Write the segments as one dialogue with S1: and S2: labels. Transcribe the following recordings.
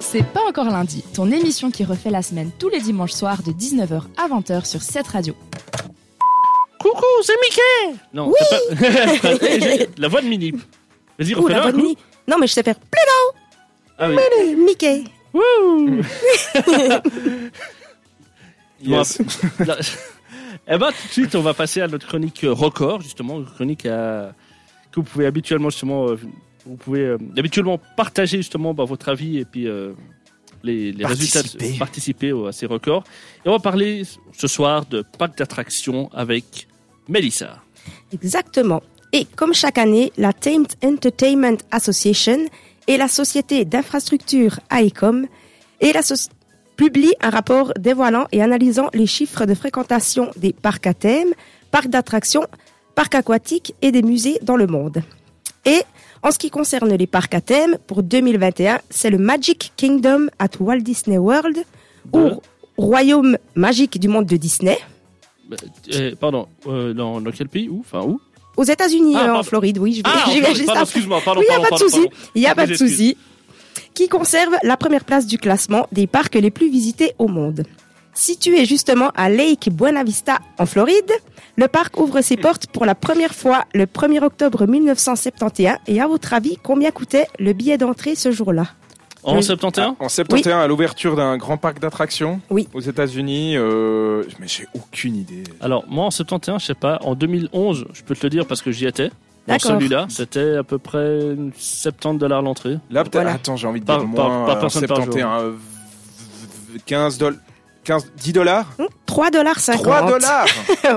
S1: C'est pas encore lundi, ton émission qui refait la semaine tous les dimanches soirs de 19h à 20h sur cette radio.
S2: Coucou, c'est Mickey Non, c'est pas... Je- la voix de Minnie. Vas-y,
S3: Ouh, la
S2: refais-la un
S3: bonne
S2: coup.
S3: nuit. Non, mais je sais faire plein
S2: Ah oui.
S3: de Mickey.
S4: Yes.
S2: Bon, là- Eh ben, tout de suite, on va passer à notre chronique euh, record, justement, une chronique à... que vous pouvez habituellement, justement, euh, vous pouvez euh, habituellement partager, justement, bah, votre avis et puis euh, les, les
S4: Participer.
S2: résultats, participer au- à ces records. Et on va parler ce soir de parc d'attractions avec Mélissa.
S3: Exactement. Et comme chaque année, la Thames Entertainment Association et la société d'infrastructure AECOM et la soci- publient un rapport dévoilant et analysant les chiffres de fréquentation des parcs à thème, parcs d'attractions, parcs aquatiques et des musées dans le monde. Et en ce qui concerne les parcs à thème, pour 2021, c'est le Magic Kingdom at Walt Disney World,
S2: De-
S3: au royaume magique du monde de Disney,
S2: Bah, euh, pardon, euh, dans, dans quel pays Où Enfin, où
S3: aux États-Unis,
S2: Ah,
S3: hein,
S2: pardon.
S3: en Floride, oui, je vais,
S2: Ah,
S3: j'y vais
S2: pardon,
S3: juste
S2: pardon,
S3: après.
S2: excuse-moi, pardon,
S3: Oui, il
S2: pardon,
S3: n'y a pas de
S2: pardon,
S3: souci. Il n'y a pas de
S2: Excuse.
S3: souci. Qui conserve la première place du classement des parcs les plus visités au monde. Situé justement à Lake Buena Vista, en Floride, le parc ouvre ses portes pour la première fois le 1er octobre 1971. Et à votre avis, combien coûtait le billet d'entrée ce jour-là
S2: En 71
S4: En 71, à l'ouverture d'un grand parc d'attractions
S3: Oui.
S4: aux États-Unis, euh, mais j'ai aucune idée.
S2: Alors, moi, en 71, je sais pas. En 2011, je peux te le dire parce que j'y étais. Dans
S3: D'accord.
S2: celui-là, c'était à peu près une 70 dollars l'entrée.
S4: Là, peut-être.
S3: Voilà.
S4: Attends, j'ai envie de
S2: Par-
S4: dire
S2: par-
S4: moins.
S2: par
S4: euh,
S2: personne par jour.
S4: 71, euh, 15 dollars. 15, 10 dollars
S3: Hum, 3,50 dollars
S4: 3 dollars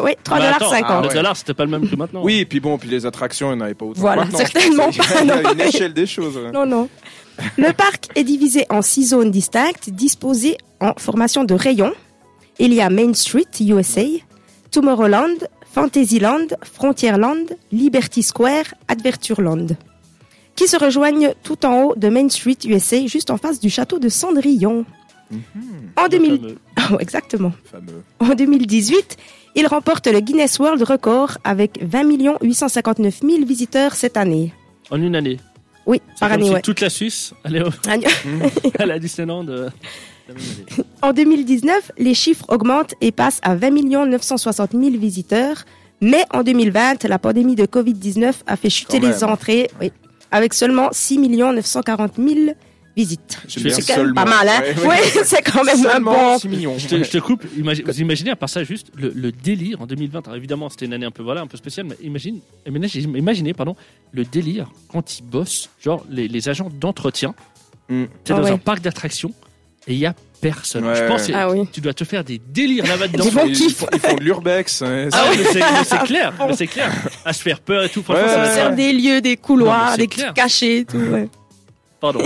S3: Oui, 3,50
S2: Mais
S3: dollars hein.
S2: attends,
S4: Ah
S2: le
S4: ouais.
S2: dollar, c'était pas le même que maintenant. hein.
S4: Oui, et puis bon, puis les attractions, il n'y en avait pas autant.
S3: Voilà,
S4: Maintenant, je pense
S3: certainement
S4: qu'il y a-
S3: pas,
S4: Il y a
S3: non.
S4: une échelle des choses.
S3: Non, non. Le parc est divisé en six zones distinctes, disposées en formation de rayons. Il y a Main Street, USA, Tomorrowland, Fantasyland, Frontierland, Liberty Square, Adventureland, qui se rejoignent tout en haut de Main Street, USA, juste en face du château de Cendrillon.
S2: Mm-hmm.
S3: En, 2000...
S2: Comme, euh,
S3: Oh, exactement.
S4: Fameux.
S3: en 2018, il remporte le Guinness World Record avec 20 859 000 visiteurs cette année.
S2: En une année.
S3: Oui,
S2: C'est
S3: par
S2: comme
S3: année,
S2: si
S3: ouais.
S2: toute la Suisse allait au-
S3: Année-
S2: à la Disneyland. euh, la même année.
S3: En 2019, les chiffres augmentent et passent à 20 960 000 visiteurs. Mais en 2020, la pandémie de Covid-19 a fait chuter
S4: Quand même.
S3: les entrées, oui, avec seulement 6 940 000 visites.
S4: J'aime
S2: C'est
S4: bien
S3: quand même
S4: seulement.
S3: pas mal, hein
S4: Ouais,
S3: Oui,
S4: ouais.
S3: c'est quand même un
S4: Seulement
S3: bon.
S4: 6 millions.
S2: Je te, je te coupe. imagine- vous imaginez, à part ça, juste le, le délire en 2020. Alors, évidemment, c'était une année un peu, voilà, un peu spéciale, mais imagine, imaginez, imaginez, pardon, le délire quand ils bossent, genre les, les agents d'entretien.
S4: Mm.
S2: T'es
S3: Ah
S2: dans
S3: ouais.
S2: un parc d'attractions et il y a personne.
S4: Ouais.
S2: Je pense que
S3: Ah oui.
S2: tu dois te faire des délires là-bas dedans.
S3: Des bons
S4: Ils- ils,
S3: kiffs.
S4: font, ils font de l'urbex. hein,
S2: Ah
S4: ça.
S2: ouais, mais c'est mais c'est clair, mais c'est clair. À se faire peur et tout, franchement,
S4: Ouais.
S2: ça
S3: On
S2: va
S3: sert
S2: faire-
S3: des lieux, des
S2: Non, mais
S3: couloirs,
S2: c'est
S3: des
S2: clair.
S3: trucs cachés, tout. ouais.
S2: Pardon.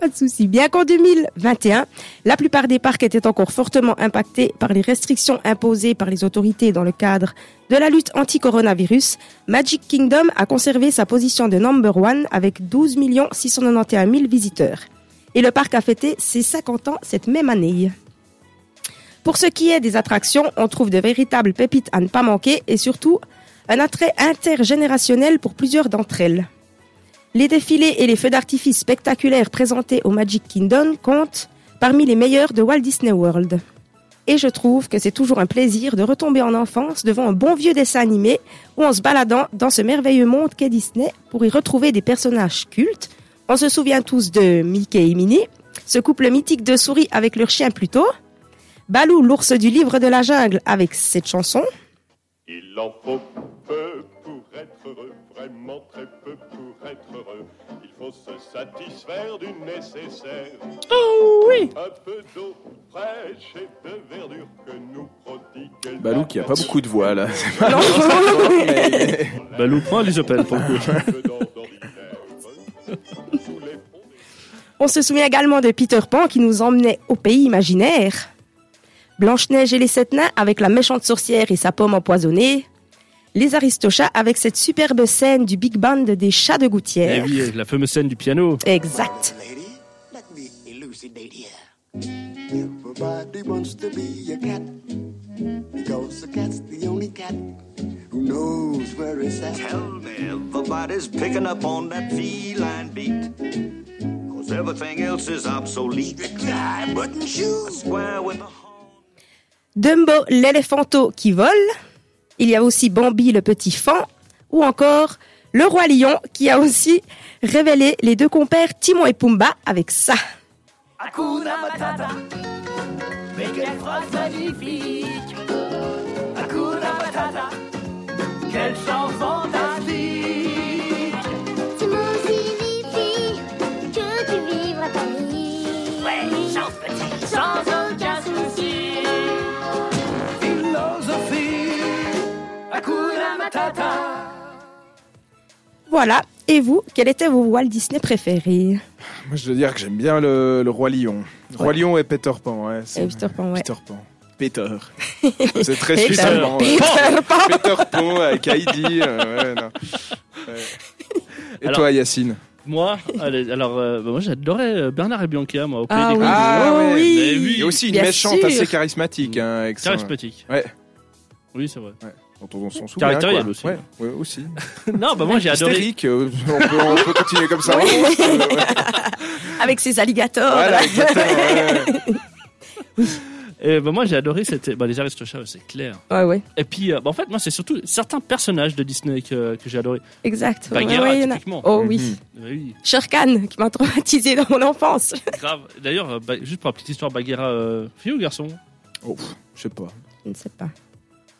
S3: Pas de souci. Bien qu'en 2021, la plupart des parcs étaient encore fortement impactés par les restrictions imposées par les autorités dans le cadre de la lutte anti-coronavirus, Magic Kingdom a conservé sa position de number one avec 12 691 000 visiteurs. Et le parc a fêté ses 50 ans cette même année. Pour ce qui est des attractions, on trouve de véritables pépites à ne pas manquer et surtout un attrait intergénérationnel pour plusieurs d'entre elles. Les défilés et les feux d'artifice spectaculaires présentés au Magic Kingdom comptent parmi les meilleurs de Walt Disney World. Et je trouve que c'est toujours un plaisir de retomber en enfance devant un bon vieux dessin animé ou en se baladant dans ce merveilleux monde qu'est Disney pour y retrouver des personnages cultes. On se souvient tous de Mickey et Minnie, ce couple mythique de souris avec leur chien Pluto, Balou l'ours du livre de la jungle avec cette chanson,
S5: Il en faut peu pour être heureux, vraiment très peu pour être heureux. Il faut se satisfaire du nécessaire. Oh oui Un peu d'eau fraîche et de verdure que nous prodigue.
S4: Balou qui a pas beaucoup de voix là.
S3: Non.
S2: Balou prend les Open pour le coup.
S5: Sous les ponts des-
S3: On se souvient également de Peter Pan qui nous emmenait au pays imaginaire. Blanche-Neige et les sept nains avec la méchante sorcière et sa pomme empoisonnée. Les Aristochats avec cette superbe scène du Big Band des chats de
S2: Eh
S3: gouttière.
S2: oui, la fameuse scène du piano.
S3: Exact.
S6: Lady, let me elucidate here. Everybody wants to be a cat because a cat's the only cat who knows where it's at.
S7: Tell me everybody's picking up on that feline beat. Cause Everything else is obsolete.
S6: High button shoes.
S7: Square with a
S3: Dumbo, l'éléphanto qui vole. Il y a aussi Bambi, le petit fan. Ou encore le roi lion qui a aussi révélé les deux compères Timon et Pumba avec ça.
S8: Hakuna Matata. Mais quelle phrase magnifique. Hakuna Matata. Quel chant fantastique.
S9: Tu m'en signifie que tu vivras ta vie.
S8: Ouais, chante petit, sans aucun souci. Philosophie. Hakuna Matata.
S3: Voilà. Et vous, quel était vos Walt Disney préférés
S4: Moi, je veux dire que j'aime bien le, le Roi Lion. Roi Lion et Peter Pan, ouais. c'est-
S3: Et Euh, Peter Pan, ouais.
S4: Peter Pan. Peter. C'est très
S3: Peter
S4: suisse allemand. ouais.
S3: Peter Pan.
S4: Peter Pan avec Heidi. euh, ouais, non. Ouais. Et
S2: Alors-
S4: toi, Yacine
S2: Moi, allez, alors, euh, bah, moi j'adorais euh, Bernard et Bianca, moi, au pays
S3: Ah
S2: des
S3: oui.
S2: Clous.
S4: Ah,
S3: oui.
S4: ouais.
S2: Mais oui.
S4: Il y a aussi une
S3: Bien
S4: méchante
S3: sûr.
S4: assez charismatique. Hein, avec son-
S2: Charismatique.
S4: Ouais.
S2: Oui, c'est vrai.
S4: dont on s'en souvient.
S2: Caractériel
S4: quoi.
S2: aussi.
S4: Ouais, ouais, aussi.
S2: non, bah moi j'ai adoré.
S4: Hystérique, euh, on, peut, on peut continuer comme ça. vraiment, je- ouais.
S3: Avec ses alligators.
S4: Voilà, exactement. ouais.
S2: Et bah, moi j'ai adoré, c'était bah, les Aristochats, c'est clair.
S3: Ouais, ouais.
S2: Et puis, euh, bah, en fait, moi c'est surtout certains personnages de Disney que, que j'ai adoré.
S3: Exact.
S2: Bagheera,
S3: Ouais, ouais, il y en a.
S2: typiquement.
S3: Oh oui.
S4: Mhm.
S2: Bah oui,
S3: Sherkan, qui m'a traumatisé dans mon enfance.
S2: grave. D'ailleurs, euh, bah, juste pour la petite histoire, Bagheera, euh, fille ou garçon
S4: Oh, pff, je sais pas.
S3: Je ne sais pas.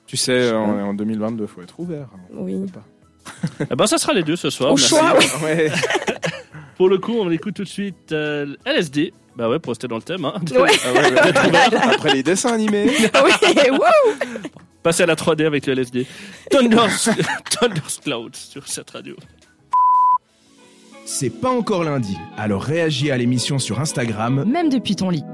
S4: Tu sais, en, en 2022, faut être ouvert.
S3: Oui. Ah
S2: Eh ben, ça sera les deux ce soir.
S3: Au
S2: Merci.
S3: choix, oui.
S4: Ah Ouais.
S2: Pour le coup, on écoute tout de suite euh, LSD. Bah ouais, pour rester dans le thème. Hein.
S3: Ouais.
S4: Ah ouais, ouais. Après les dessins animés.
S3: oui. wow.
S2: Passer à la 3D avec le LSD. Thunders, Thunders Cloud sur cette radio.
S10: C'est pas encore lundi, alors réagis à l'émission sur Instagram
S1: Même depuis ton lit.